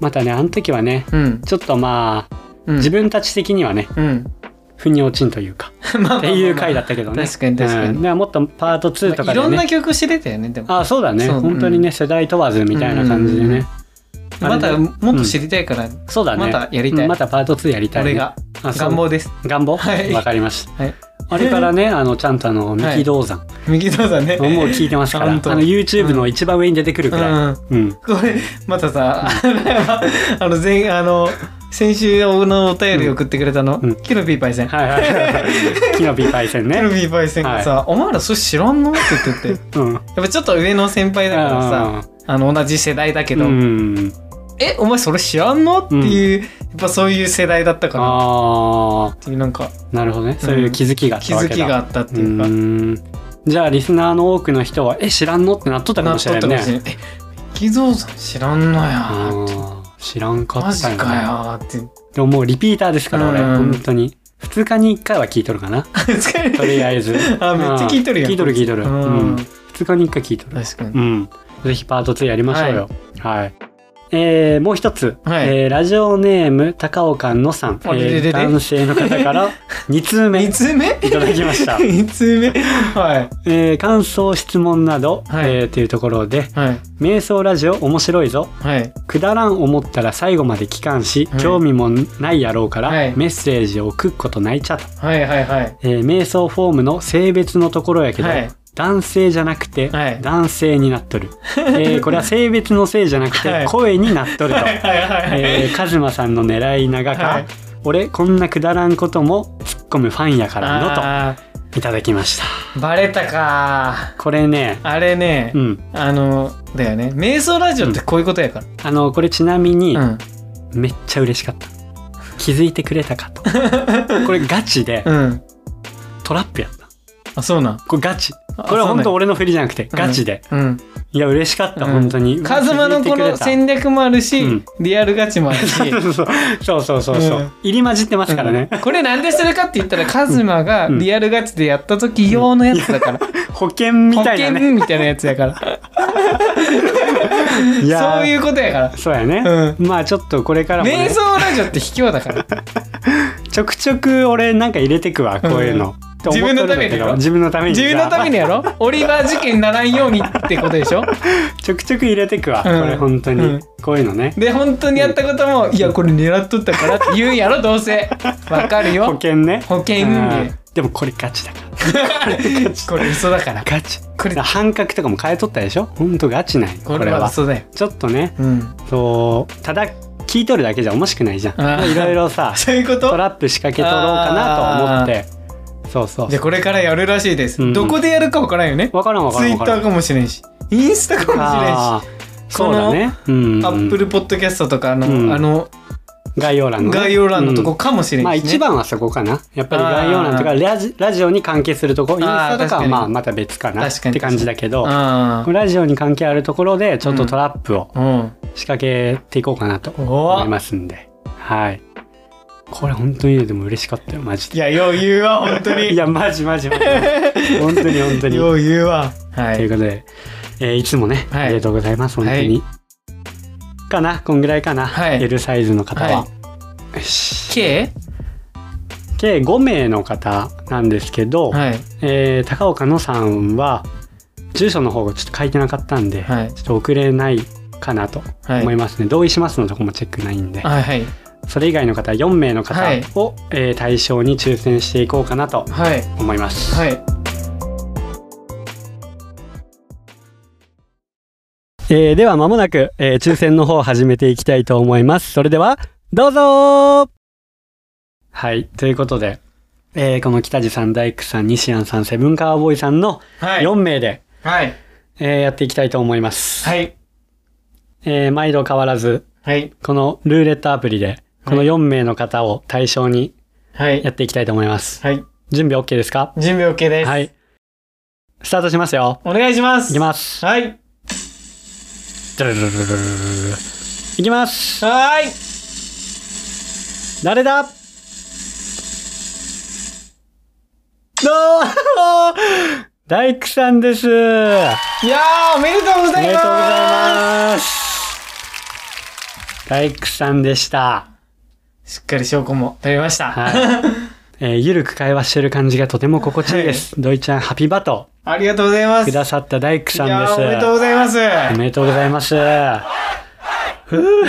S1: またね、あの時はね、
S2: うん
S1: ちょっとまあ、
S2: うん
S1: 自分たち的にはね、
S2: うん
S1: 腑に落ちんというか、
S2: っ
S1: っていう回だったけどね。
S2: 確かに確かに
S1: うんだらもっとパート2とか
S2: いろ
S1: で
S2: んな
S1: ね。
S2: 曲知れたよねでも
S1: ああ、そうだね。
S2: そう
S1: 本当にね、世代問わずみたいな感じでね。あれ
S2: またもっと知りたいから
S1: そうだね。
S2: またやりたい
S1: うんまたパート2やりたい、ね。
S2: 俺が
S1: あ。そう
S2: 願。望です
S1: 願望
S2: はい
S1: わかりました。
S2: はい
S1: あれからね、あの、ちゃんとあの、三木道山、
S2: 右どうだね
S1: もう聞いてますから、あ
S2: ちゃ
S1: の、
S2: んと
S1: YouTube の一番上に出てくるくらい。
S2: うん
S1: うん
S2: これまたさ、 あの前あの先週のお便り送ってくれたの、
S1: うん
S2: キノピーパイセン、
S1: はいはい はい。キノピーパイセン
S2: キノ
S1: ね。
S2: ピーパイセンがさ、お前らそれ知らんの?」って 言っててやっ
S1: うん。だ
S2: ぱちょっと上の先輩だからさあの同じ世代だけ
S1: け
S2: ど「
S1: うん。
S2: えお前それ知らんの?」っていう、やっぱそういう世代だったからっ
S1: あ
S2: ていうなんか
S1: あ、なるほどね。そういう気づきがあっ
S2: 気
S1: たわ
S2: づ
S1: けだ。
S2: きがあったっていうか、
S1: うんじゃあリスナーの多くの人は「え知らんの?」ってなっとったか
S2: な
S1: も
S2: っ
S1: し
S2: とっ
S1: れ
S2: たか
S1: な
S2: も
S1: い
S2: しれ
S1: ね。
S2: ない「え木造さん知らんのや」って
S1: あー知らんか
S2: マ
S1: っ
S2: ジ
S1: たよ、ね。
S2: かよーって
S1: でももうリピーターですから俺
S2: うん
S1: 本当に2日に1回は聞いとるかな
S2: 疲れ
S1: とりあえず。
S2: あめっちゃ聞いとるやん
S1: 聞いとる聞いとる。
S2: う
S1: うんん、2日に1回聞いとる。
S2: 確かに
S1: うん。ぜひパート2やりましょうよ。はい。えーもう一つ、
S2: はい
S1: えーラジオネーム高岡のさん、え
S2: あれれ
S1: ー
S2: れ
S1: 男性の方から2通目
S2: 3
S1: い
S2: つ目
S1: ただきま した、
S2: 3つ目はい
S1: えー感想質問など、
S2: はい
S1: えーというところで
S2: はい
S1: 「瞑想ラジオ面白いぞ
S2: はい
S1: くだらん思ったら最後まで帰還し、
S2: はい
S1: 興味もないやろうから、
S2: はい
S1: メッセージを送っことないちゃ」と、
S2: はいはいはい
S1: えー瞑想フォームの性別のところやけど、
S2: はい
S1: 男性じゃなくて
S2: はい
S1: 男性になっとる、えー これは性別のせいじゃなく
S2: は
S1: て
S2: い
S1: 声になっとると、
S2: はいはいはい
S1: えー、カズマさんの狙い長か、
S2: はい
S1: 俺こんなくだらんことも突っ込むファンやから
S2: あ
S1: のといただきました
S2: ーバレたか
S1: これね
S2: あれね
S1: うん
S2: あのだよね瞑想ラジオってこういうことやから
S1: あのこれちなみに、
S2: うん
S1: めっちゃ嬉しかった 気づいてくれたかとこれガチで
S2: うん
S1: トラップやった
S2: あそうなん
S1: これガチ
S2: あ
S1: これは本
S2: そ
S1: 当
S2: う
S1: 俺の振りじゃなくてガチで、
S2: うん
S1: いや嬉しかった、
S2: うん
S1: 本当に
S2: カズマのこの
S1: 戦
S2: 戦略もあるし、
S1: うん
S2: リアルガチもあるし
S1: そうそうそうそう、
S2: うん
S1: 入り混じってますからね、
S2: これなんでそれかって言ったらカズマが
S1: うん
S2: リアルガチでやった時用のやつだから、
S1: 保険 み
S2: 保
S1: たいな
S2: 険
S1: ね
S2: みたいなやつやから
S1: いやー
S2: そういうことやから
S1: そうや ね、まあちょっとこれからも、ね
S2: 瞑、想ラジオって卑怯 だから
S1: ちょくちょく俺なんか入れてくわこういうの、って思っとるんだけど自
S2: 自
S1: 分のために
S2: 自分のためにやろ オリバー事件にならんようにってことでしょ
S1: ちょくちょく入れてくわ、
S2: うん
S1: これ本当に、
S2: うん
S1: こういうのね
S2: で本当にやったことも「いやこれ狙っとったから」って言うんやろどうせわかる
S1: 保
S2: よ
S1: 険ね
S2: 保険
S1: うん
S2: で
S1: でもこれガチだから
S2: これ嘘だから
S1: ガチ
S2: これ
S1: 半角とかも変えとったでしょほんとガチないこ
S2: こ
S1: れ
S2: れは
S1: は
S2: 嘘だよ
S1: ちょっとね
S2: うん
S1: そうただ聞いとるだけじゃ面白くないじゃん
S2: あー
S1: いろいろさ
S2: そういうこ
S1: ト
S2: と
S1: ラップ仕掛けとろうかなと思ってそうそう
S2: じゃあこれからやるらしいです、
S1: うん
S2: どこでやるかわからんよね
S1: わからんわか
S2: ツ
S1: らんわ
S2: イッ
S1: か
S2: タ
S1: らん
S2: ーかもしれんしインスタかもしれんし
S1: あーそうだねうん
S2: アップルポッドキャストとかの、
S1: うん
S2: あの
S1: 概要欄のね
S2: 概要欄のと
S1: う
S2: こ
S1: ん
S2: かもしれんし、ね
S1: まあ一番はそこかなやっぱり
S2: あー
S1: 概要欄とかラジラジオに関係するとこインスタと
S2: 確
S1: か
S2: か
S1: は
S2: に
S1: まあまた別かなっ
S2: 確かに
S1: て感じだけど
S2: あ
S1: ラジオに関係あるところでちょっとトラップを
S2: あうん
S1: 仕掛けていこうかなと
S2: お
S1: 思いますんではいこれ本当にねでも嬉しかったよマジ
S2: い
S1: で
S2: や余裕は 本当に
S1: いやマジマジマジ本当に本当に
S2: 余裕はは
S1: という
S2: い
S1: ことで、えーいつもね、
S2: はい
S1: ありがとうございます本当に、
S2: はい
S1: かなこんぐらいかな、
S2: はい
S1: L サイズの方は、
S2: は
S1: よし
S2: K?
S1: 計5名の方なんですけど、
S2: はい
S1: えー高岡のさんは住所の方がちょっと書いてなかったんで、
S2: はい
S1: ちょっと送れないかなと
S2: はい
S1: 思いますね、同意しますのとこもチェックないんで
S2: はいはい
S1: それ以外の方4名の方
S2: はい
S1: を、えー対象に抽選していこうかなと
S2: はい
S1: 思います、
S2: はい
S1: えーでは間もなく、えー抽選の方を始めていきたいと思いますそれではどうぞーはいということで、えーこの北地さん大工さん西安さんセブンカーボーイさんの
S2: はい
S1: 4名で、
S2: はい
S1: えーやっていきたいと思います、
S2: はい
S1: えー毎度変わらず
S2: はい
S1: このルーレットアプリで、この4名の方を対象に
S2: はい
S1: やっていきたいと思います。
S2: はい
S1: 準備 OK ですか
S2: 準備 OK です、
S1: はい。スタートしますよ。
S2: お願いします
S1: いきます。
S2: はい
S1: いきます。
S2: はーい
S1: 誰だどう大工さんです。お
S2: いやーおめでとうござ
S1: め
S2: い
S1: でとうござい
S2: ま
S1: ます。大工さんでした。
S2: すしっかり証拠も取りました、
S1: はい。えーゆるく会話してる感じがとても心地いいです。ドイちゃん、ハピバト
S2: ありがとうございます
S1: くださった大工さん
S2: い
S1: で
S2: や
S1: す。
S2: ーおめでとうございます
S1: おめでとうございます。はい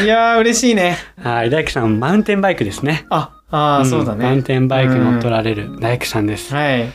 S2: やー嬉しいね
S1: い、大工さん、マウンテンバイクですね。
S2: ああー、
S1: ん
S2: そうだね
S1: マウンテンバイク乗っ取られる大工さんです。
S2: はい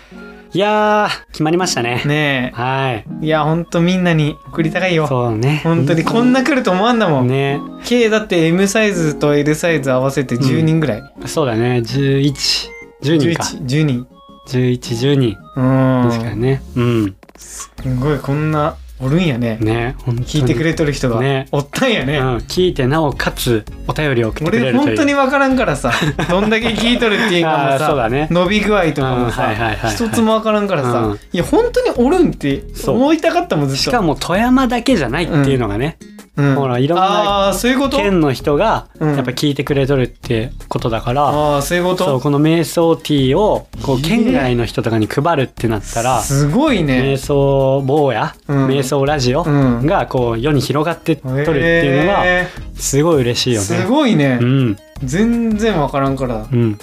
S1: いやー、決まりましたね。
S2: ね
S1: はい。
S2: えいやほんとみんなに送りたいよ
S1: そうね。
S2: 本当にこんな来ると思わんだもん、
S1: ね。
S2: K だって M サイズと L サイズ合わせて10人ぐらい、
S1: そうだね。11、10人か。
S2: 11 10人
S1: 11、10人。
S2: うーん
S1: 確かにね。うん。
S2: すごいこんなおるんやね
S1: ね。本当に
S2: 聞いてくれとる人が、
S1: ね
S2: おったんやね、
S1: うん。聞いて、なおかつ、お便りを送ってくれる
S2: 俺
S1: という。
S2: 本当に分からんからさどんだけ聞いとるっていうか も
S1: あーそうだ
S2: さ、
S1: ね
S2: 伸び具合とかも
S1: うんはいはい
S2: さ
S1: はいはい
S2: 一つも分からんからさ、
S1: うん
S2: いや本当におるんって
S1: そう
S2: 思いたかったもんずっと
S1: しかも富山だけじゃないっていうのがね、
S2: うん
S1: ほらいろんな
S2: ああそういうこと
S1: 県の人が
S2: うん
S1: やっぱ聞いてくれとるってことだから、
S2: ああそういうこ
S1: そう
S2: と
S1: この瞑想ティーをこう
S2: ええ
S1: 県外の人とかに配るってなったら、
S2: すごい
S1: 瞑
S2: ね、
S1: 想坊や、
S2: うん
S1: 瞑想ラジオ
S2: うん
S1: がこう世に広がってとるっていうのが
S2: え
S1: すごい嬉しい
S2: ー
S1: よね。
S2: すごいね、
S1: うん
S2: 全然分からんから
S1: うん、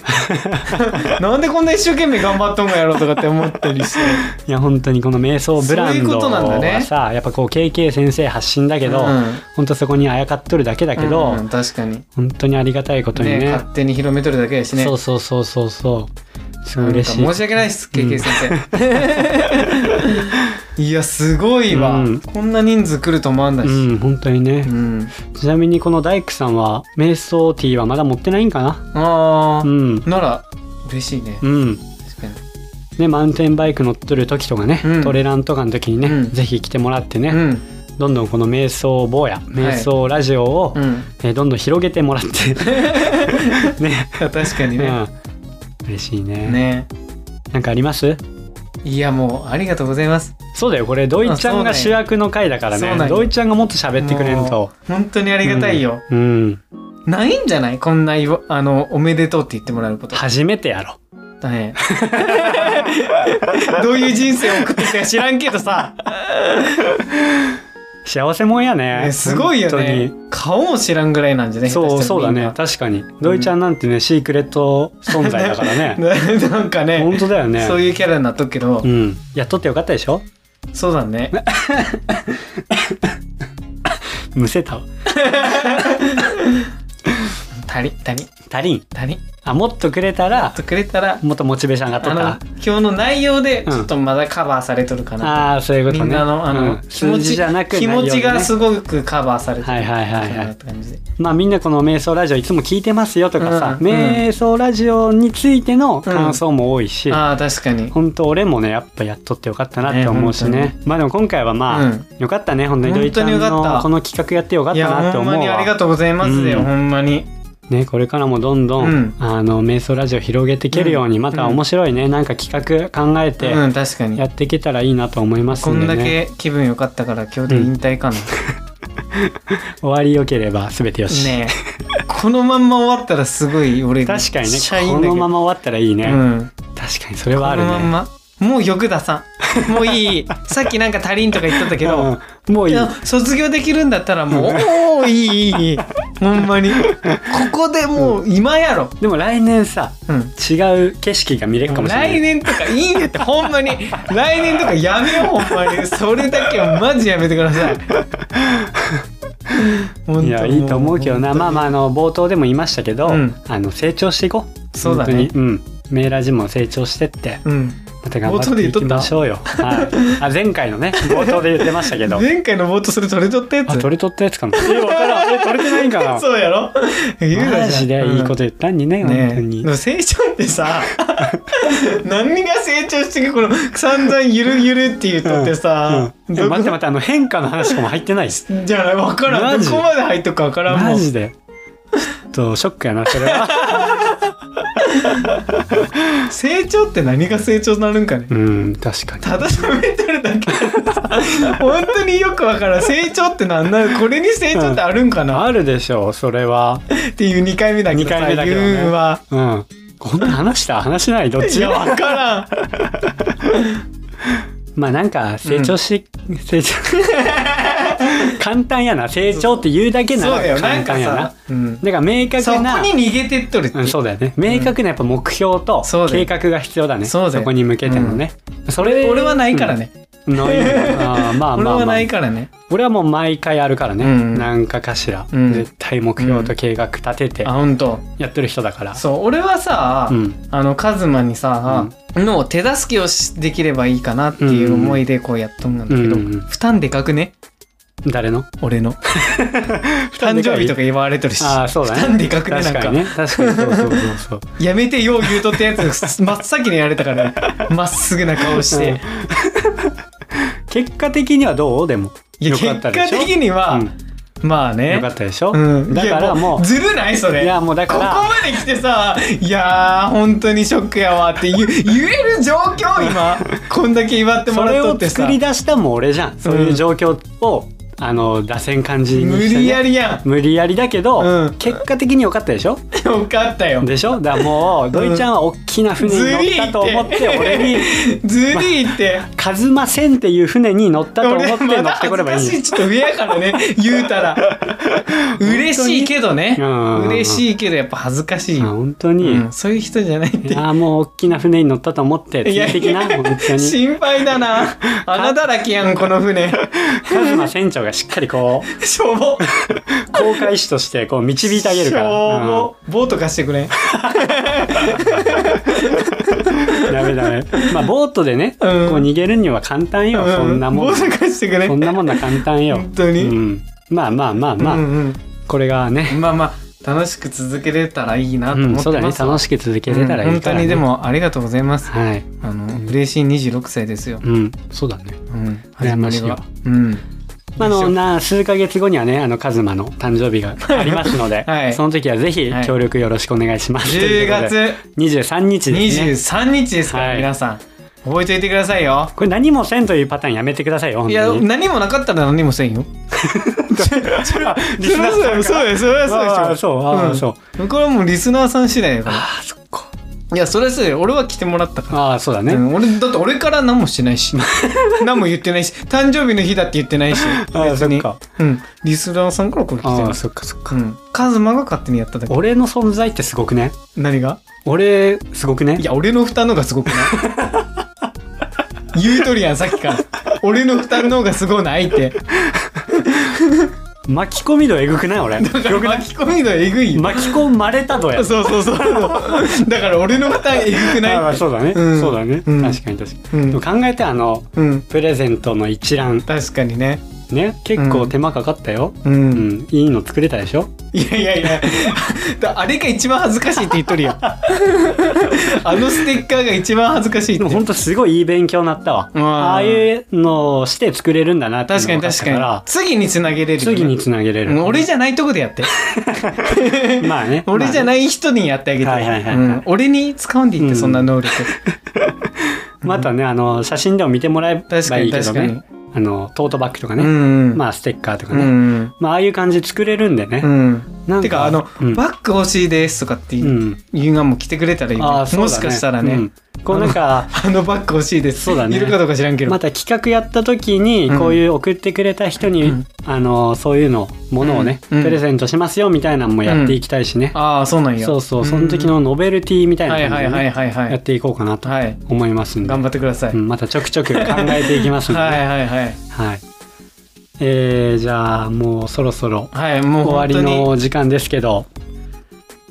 S2: なんでこんな一生懸命頑張っとんがやろうとかって思ったりして
S1: いや本当にこの瞑想ブランド
S2: そういうことなんだ
S1: は
S2: ね
S1: さ、やっぱこう KK 先生発信だけど、
S2: うん
S1: 本当そこにあやかっとるだけだけど、
S2: うんうん確かに
S1: 本当にありがたいことに
S2: ね
S1: ね
S2: 勝手に広めとるだけやしね
S1: そうそうそうそうそう。すごい
S2: なんか
S1: 嬉しい。
S2: 申し訳ないです、KK 先 生。いや、すごいわ、
S1: うん
S2: こんな人数来ると思わんだし。
S1: うん、本当に
S2: う
S1: ね。
S2: ん。
S1: ちなみにこの大工さんは、瞑想ティーはまだ持ってないんかな
S2: ああ、
S1: うん。
S2: なら、嬉しいね。
S1: うん。
S2: 確かに。
S1: ね、マウンテンバイク乗っとる時とかね、
S2: うん
S1: トレランとかの時にね、
S2: うん
S1: ぜひ来てもらってね、
S2: うん。
S1: どんどんこの瞑想坊や、瞑想ラジオを、
S2: うん。
S1: えーどんどん広げてもらって。 ね。
S2: 確かにね。
S1: うん。嬉しいね。
S2: ね。
S1: なんかあります
S2: いやもうありがとうございます
S1: そうだよこれ土井ちゃんが主役の回だから
S2: そうなん
S1: ね
S2: や
S1: 土井ちゃんがもっと喋ってくれん
S2: も
S1: と
S2: う本当にあ
S1: あ
S2: りがたいよ、
S1: うん、うん
S2: ないんじゃないこんな言わあのおめでとうって言ってもらうこと
S1: 初めてやろ
S2: だねどういう人生を送ってきたか知らんけどさ、
S1: 幸せもんやね
S2: ねすごいよね
S1: 本
S2: 顔も知らんぐらいなんじ
S1: 当
S2: ゃね
S1: にそうそうだね確かに土井ちゃんなんてねシークレット存在だからね
S2: ねなんかね
S1: 本当だよね
S2: そういうキャラになっとくけど、
S1: うん雇ってよかったでしょ
S2: そうだね
S1: むせたわ
S2: 足り足り
S1: 足りん
S2: 足り
S1: あもっとくれたら
S2: とくれたら
S1: もっとモチベーション上がっと
S2: あ
S1: った
S2: の今日の内容で
S1: うん
S2: ちょっとまだカバーされとるかな、
S1: ああーそういうことね
S2: みんなのあの、
S1: うん
S2: 気持
S1: 数字
S2: ち
S1: じゃなく
S2: 気持ちが
S1: ご
S2: すごくカバーされて
S1: はいはいはいはい
S2: って感じで
S1: まあみんなこの瞑想ラジオいつも聞いてますよとかさ、
S2: うんうん
S1: 瞑想ラジオについての感想も多いし、
S2: ああ確かに
S1: 本当俺もねやっぱやっとってよかったなって思うしね
S2: ね
S1: まあでも今回はまあ、
S2: うん
S1: よかったね本当にド
S2: 本当に
S1: イちゃん
S2: よかっ
S1: の
S2: た
S1: この企画やってよかっ
S2: い
S1: たなっ
S2: や
S1: て
S2: ほん
S1: 思う
S2: まにありが
S1: わ
S2: とうございますだよ、
S1: うん
S2: ほんまに
S1: ねこれからもどんどん、
S2: うん
S1: あの瞑想ラジオ広げていけるように、
S2: うん
S1: また面白いねなんか企画考えて
S2: うん確かに
S1: やっていけたらいいなと思います
S2: こ
S1: ん
S2: ん
S1: で
S2: だ
S1: ね
S2: け気分良かったから今日で引退かな、
S1: 終わりよければ全てよし、
S2: ねえ このまんま終わったらすごい俺
S1: 確かにね
S2: めっちゃいい
S1: こ
S2: んだけど
S1: のまま終わったらいいね、
S2: うん
S1: 確かにそれ
S2: こ
S1: はあ
S2: の
S1: るね
S2: まんまもう欲出さんもう いいさっきなんか足りんとか言っとったけど、
S1: うんもうい
S2: い
S1: い
S2: や卒業できるんだったらもうおーいいいいい いほんまにここでもう今やろ、
S1: でも来年さ
S2: うん、
S1: 違う景色が見れるかもしれない
S2: 来年とかいいねってほんまに来年とかやめようほんまにそれだけはマジやめてください本当
S1: いやいいと思うけどな
S2: 本当に
S1: まあまああの冒頭でも言いましたけど、
S2: うん
S1: あの成長していこう
S2: そうだね
S1: 本当にうんメーラジも成長してって
S2: うん
S1: また頑張っていきましょうよ、はい、あ前回の ね冒頭で言ってましたけど
S2: 前回の冒頭それ取れとったや
S1: あ
S2: つ
S1: 取れとったやつかなえ分からんえ取れてないんかな
S2: そうやろ言うな
S1: マジでいいこと言ったんにね、
S2: ね
S1: 本当に
S2: でも成長ってさ 何が成長してくこの散々ゆるゆるって言っとってさ、
S1: うんうん
S2: ど
S1: え
S2: こ
S1: 待って待ってあの変化の話とかも入ってない です
S2: じゃない分から
S1: マ
S2: ん
S1: ジ
S2: どこまで入っとくか分からんも
S1: マ
S2: ん
S1: ジでちょっとショックやなそれ は
S2: 成長って何が成長になるんかね
S1: うん確かに
S2: ただ喋ってるだ けやからさ本当によく分からん成長って何なのこれに成長ってあるんかな、
S1: あるでしょうそれは
S2: っていう2回目だけど
S1: 二
S2: さ
S1: 回目だけどね
S2: 言うは
S1: うんこんな話した話しないどっ
S2: い
S1: ち
S2: や分からん
S1: まあなんか成長し、成長 簡単やな成長って言うだけな
S2: そうだ
S1: ら
S2: よな
S1: 簡
S2: んか
S1: 単やな
S2: さ、うん、
S1: だから明確
S2: そこ
S1: な
S2: に逃げてっとるって、
S1: うん、そうだよね明確なやっぱ目標と
S2: そうだ
S1: 計
S2: よ
S1: 画が必要だね
S2: そうだよ
S1: こに向けてのね、それ
S2: 俺はないからね、
S1: うんないあ ーまあまあ、まあ、
S2: 俺はないからね、
S1: 俺はもう毎回あるからね、
S2: うん
S1: なんかかしら、
S2: うん
S1: 絶対目標と計画立てて
S2: あ本当
S1: やってる人だから、
S2: そう俺はさ、
S1: うん
S2: あのカズマにさ、の手助けをしできればいいかなっていう思いでこうやっとんなんだけど、
S1: うんうんうん
S2: 負担でかくね
S1: 誰の
S2: 俺の
S1: 担
S2: 誕
S1: でかい
S2: 生日とか言われとるし
S1: ああそうだね
S2: 負担でかくねなん
S1: 確
S2: か
S1: かにね確かにそうそうそうそう
S2: やめてよう言うとってやつ真っ先にやれ たからねまっすぐな顔 して、
S1: うん結果的にはどうでも
S2: いや
S1: よ
S2: 結
S1: かった
S2: 果
S1: でしょ
S2: 的には、まあ
S1: うん、よ
S2: ね
S1: かったでしょ、
S2: うん、
S1: だか
S2: いや
S1: らも
S2: ずるないそうれ
S1: いやもうだか
S2: ここ
S1: ら
S2: まで来てさ「いやー本当にショックやわ」って言う言える状況今こんだけ祝っても
S1: それ
S2: らっとっ
S1: を
S2: てさ
S1: 作り出したも俺じゃんそういう状況を、あの出せん感じに
S2: 無
S1: して、ね、
S2: 理やりや
S1: 無理やりだけど、
S2: うん
S1: 結果的に良かったでしょ
S2: んよかったよ
S1: でしょだからもう土井ちゃんは大きな船に乗ったと思って
S2: ずるいって
S1: 俺に
S2: ずるいって。
S1: 「カズマ船」っていう船に乗ったと思って
S2: 俺
S1: 乗
S2: まだ
S1: って
S2: 恥
S1: こ
S2: ず
S1: ればい
S2: か
S1: い
S2: しい
S1: よ
S2: ちょっと上やからね言う たら嬉しいけどね
S1: うん
S2: 嬉しいけどやっぱ恥ずかしい
S1: あ
S2: よ、
S1: 本当に、
S2: うん、そういう人じゃないって
S1: ああもう大きな船に乗ったと思ってついてきな本当に
S2: 心配だな穴だらけやんこの 船
S1: カズマ船長がしっかりこう
S2: しょぼ
S1: 航海士としてこう導いてあげるから。
S2: しょぼ、ボート貸してくれん
S1: うんダメダメ。まあボートでね、こう逃げるには簡単よ。 そんなも。
S2: うんボート貸してくれ
S1: そんなもんな簡単よ。
S2: 本当に
S1: うん。まあまあまあまあ、
S2: うん
S1: これがね、
S2: うん、まあまあ楽しく続けれたらいいなと
S1: う
S2: 思って
S1: ん、
S2: ます、
S1: そうだね、楽
S2: し
S1: しく続けれたらいいから、ね
S2: 本当にで。もありがとうございます
S1: はい。
S2: あの嬉しい26歳ですよ、
S1: うん、そうだね。
S2: うん、
S1: 羨
S2: 始
S1: ま
S2: ま
S1: し
S2: り
S1: いわ
S2: はうん
S1: まあ、あのな数ヶ月後にはねあのカズマの誕生日 がありますので、
S2: はい
S1: その時はぜひ
S2: はい
S1: 協力よろしくお願いします。
S2: 10月
S1: 23日ですね。
S2: 23日ですから、
S1: はい
S2: 皆さん覚えておいてくださいよ
S1: これ何もせんというパターンやめてくださいよ本
S2: いや
S1: 当に
S2: 何もなかったら何もせ んよ
S1: あリ
S2: そ
S1: ス
S2: り
S1: ナ
S2: ゃ
S1: ーさ
S2: そうだ
S1: ん
S2: よそうだよそりゃそうでし
S1: あ
S2: ょ
S1: あそうああそう
S2: うん、これはもうリスナーさん次第だから
S1: ああそっか
S2: いやそれはそうだよ俺は来てもらったから
S1: ああそうだね、
S2: うん、俺だって俺から何もしてな いし何も言ってないし誕生日の日だって言ってないし
S1: ああ
S2: 別
S1: そっ
S2: に
S1: か
S2: うんリスナーさんからこれ来て
S1: あ
S2: ま
S1: あ
S2: す
S1: そっかそっか、
S2: うんカズマが勝手にやっただけ
S1: 俺の存在ってすごくね
S2: 何が
S1: 俺すごくね
S2: いや俺の負担の方がすごくない言うとるやんさっきから俺の負担の方がすごないって
S1: 巻き込み度えぐくない俺
S2: だから巻き込みのえぐいよ
S1: 巻き込まれた度や
S2: そうそうそう だから俺の負担えぐく
S1: ああま
S2: な
S1: あ
S2: い
S1: そうだね、
S2: うん
S1: そうだね、
S2: うん
S1: 確かに確か
S2: う
S1: に、
S2: ん、
S1: でも考えてあの
S2: うん、
S1: プレゼントの一覧
S2: 確かにね
S1: ね結構手間かかったよ、
S2: う
S1: うん
S2: ん、
S1: いいの作れたでしょ
S2: いやいやいやだあれが一番恥ずかしいって言っと るやんあのステッカーが一番恥ずかしい
S1: で
S2: って
S1: もほんとすごいいい勉強になったわ
S2: うん
S1: ああいうのをして作れるんだなっていう
S2: 確か
S1: の
S2: に
S1: が分った
S2: 確かに次につなげれるよね
S1: 次につなげれ
S2: う
S1: る
S2: ん俺じゃないとこでやって
S1: ま あね
S2: 俺じゃ
S1: い、
S2: ない人にやってあげて、
S1: はいはいはいはい
S2: うん俺に使うんでいいって、
S1: うん
S2: そんな能力
S1: まあ、またねあの写真でも見てもらえ
S2: 確
S1: ば
S2: か
S1: い
S2: に
S1: いけど
S2: 確かに、
S1: ねあのトートバッグとか
S2: う
S1: ね、
S2: んうん
S1: まあステッカーとか
S2: う
S1: ね、
S2: ん
S1: まあああいう感じで作れるんでね、
S2: うん
S1: なん
S2: てかあの、
S1: うん
S2: バッグ欲しいですとかっていうう、
S1: ん、
S2: 言うがもう来てくれたらいいね、
S1: ああそうだね
S2: もしかしたらね、
S1: うんこうなんか
S2: あのバッグ欲しいです
S1: そうだね
S2: いるかどうか知らんけど、
S1: また企画やった時に
S2: うん
S1: こういう送ってくれた人に、
S2: うん
S1: あのそういうのものをね、
S2: うん
S1: プレゼントしますよみたいなのもやっていきたいしね、
S2: ああそうなんや
S1: そうそうその時のノベルティみたい
S2: は
S1: ない感
S2: は
S1: じ
S2: い
S1: でね、
S2: はいはいは
S1: やっ
S2: い
S1: ていこうかなと
S2: はい
S1: 思いますんで、
S2: 頑張ってください、
S1: うんまたちょくちょく考えていきますんで、
S2: は
S1: はい
S2: いはいはい
S1: えーじゃあもうそろそろ
S2: はいもう
S1: 終わ
S2: 本
S1: り
S2: 当に
S1: の時間ですけど、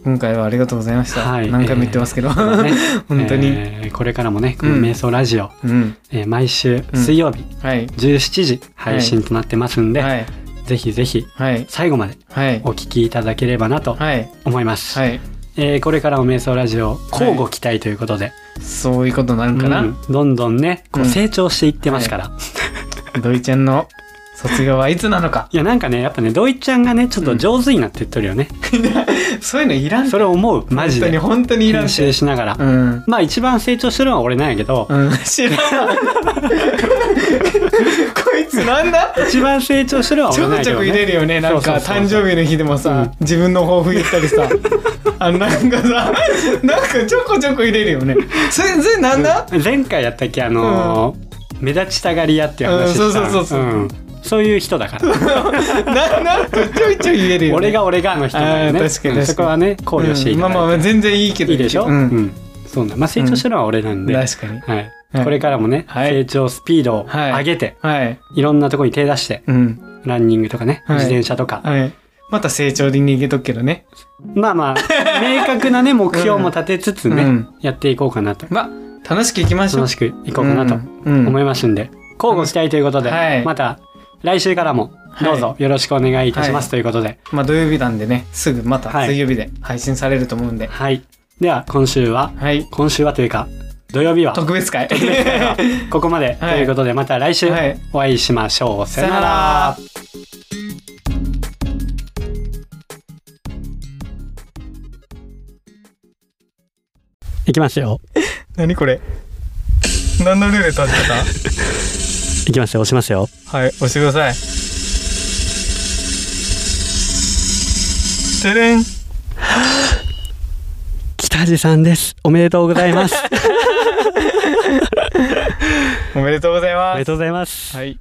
S2: 今回はありがとうございました、
S1: はい
S2: 何回も言ってますけど、
S1: ね
S2: 本当に、
S1: えーこれからもねこの
S2: うん
S1: 瞑想ラジオ、
S2: うん
S1: えー毎週
S2: うん
S1: 水曜日
S2: はい
S1: 17時配信となってますんで、
S2: はい
S1: ぜひぜひ
S2: はい
S1: 最後まで
S2: はい
S1: お聞きいただければなと
S2: はい
S1: 思います、
S2: はい
S1: えーこれからも瞑想ラジオ交互期待ということで、
S2: そういうことになるか
S1: う
S2: な、
S1: んどんどんねこう
S2: うん
S1: 成長していってますから、
S2: 土井ちゃんの卒業はいつなのか
S1: いやなんかねやっぱねドイちゃんがねちょっと上手になってっとるよね、
S2: そういうのいら ん
S1: それ思うマジで
S2: 本当に本当にいらん
S1: 編
S2: し
S1: 集しながら、
S2: うん
S1: まあ一番成長してるのは俺なんやけど、
S2: うん知 らんわこいつなんだ
S1: 一番成長してるのは
S2: ち
S1: 俺
S2: ょ
S1: なん
S2: く
S1: や
S2: ち
S1: け
S2: ょ
S1: ど、
S2: く
S1: ね、
S2: 入れるよねなん
S1: そ
S2: か
S1: うそうそう
S2: 誕生日の日でもさ自分の抱負言った りさあのなんかさなんかちょこちょこ入れるよねそれそれなんだ
S1: 前回やったっけあのー目立ちたがり屋っていう話した
S2: うんそうそうそうそうん
S1: そういう人だから
S2: なんだちょいちょい入れるよね
S1: 俺が俺がの人だよね
S2: あー確
S1: う
S2: かに確かに
S1: んそこはね考慮してい
S2: うん
S1: ただ
S2: ま
S1: い
S2: あ
S1: て、
S2: まあ全然いいけど
S1: いいでしょ、
S2: う
S1: うんんそうなんまあ成長してるのは俺なんで、
S2: 確かに
S1: はい
S2: はい
S1: これからもね、
S2: はい
S1: 成長スピードを
S2: はい
S1: 上げて、
S2: はい
S1: い、ろんなとこに手出して
S2: うん
S1: ランニングとかね、
S2: はい
S1: 自転車とか、
S2: はいまた成長に逃げとくけどね
S1: まあまあ明確なね目標も立てつつね、
S2: うん
S1: やっていこうかなと
S2: まあ楽しくいきましょう
S1: 楽しくいこうかなと
S2: うん
S1: 思いますんで、交互したいということで、
S2: はい
S1: また来週からもどうぞよろしくお願いいたしますということで、
S2: まあ土曜日なんでねすぐまた
S1: はい
S2: 水曜日で配信されると思うんで
S1: はい、では今週は
S2: はい
S1: 今週はというか土曜日は
S2: 特別会
S1: ここまでと
S2: はい
S1: いうことで、また来週
S2: はい
S1: お会いしましょう、さよな
S2: さよな
S1: ら
S2: ら
S1: いきますよ
S2: 何これ何のルーレット始めた
S1: いきますよ押しますよ
S2: はい押してくださいてれん
S1: 北地さんですおめでとうござい ます
S2: おめでとうござい
S1: お
S2: ま
S1: めですとうございます
S2: はい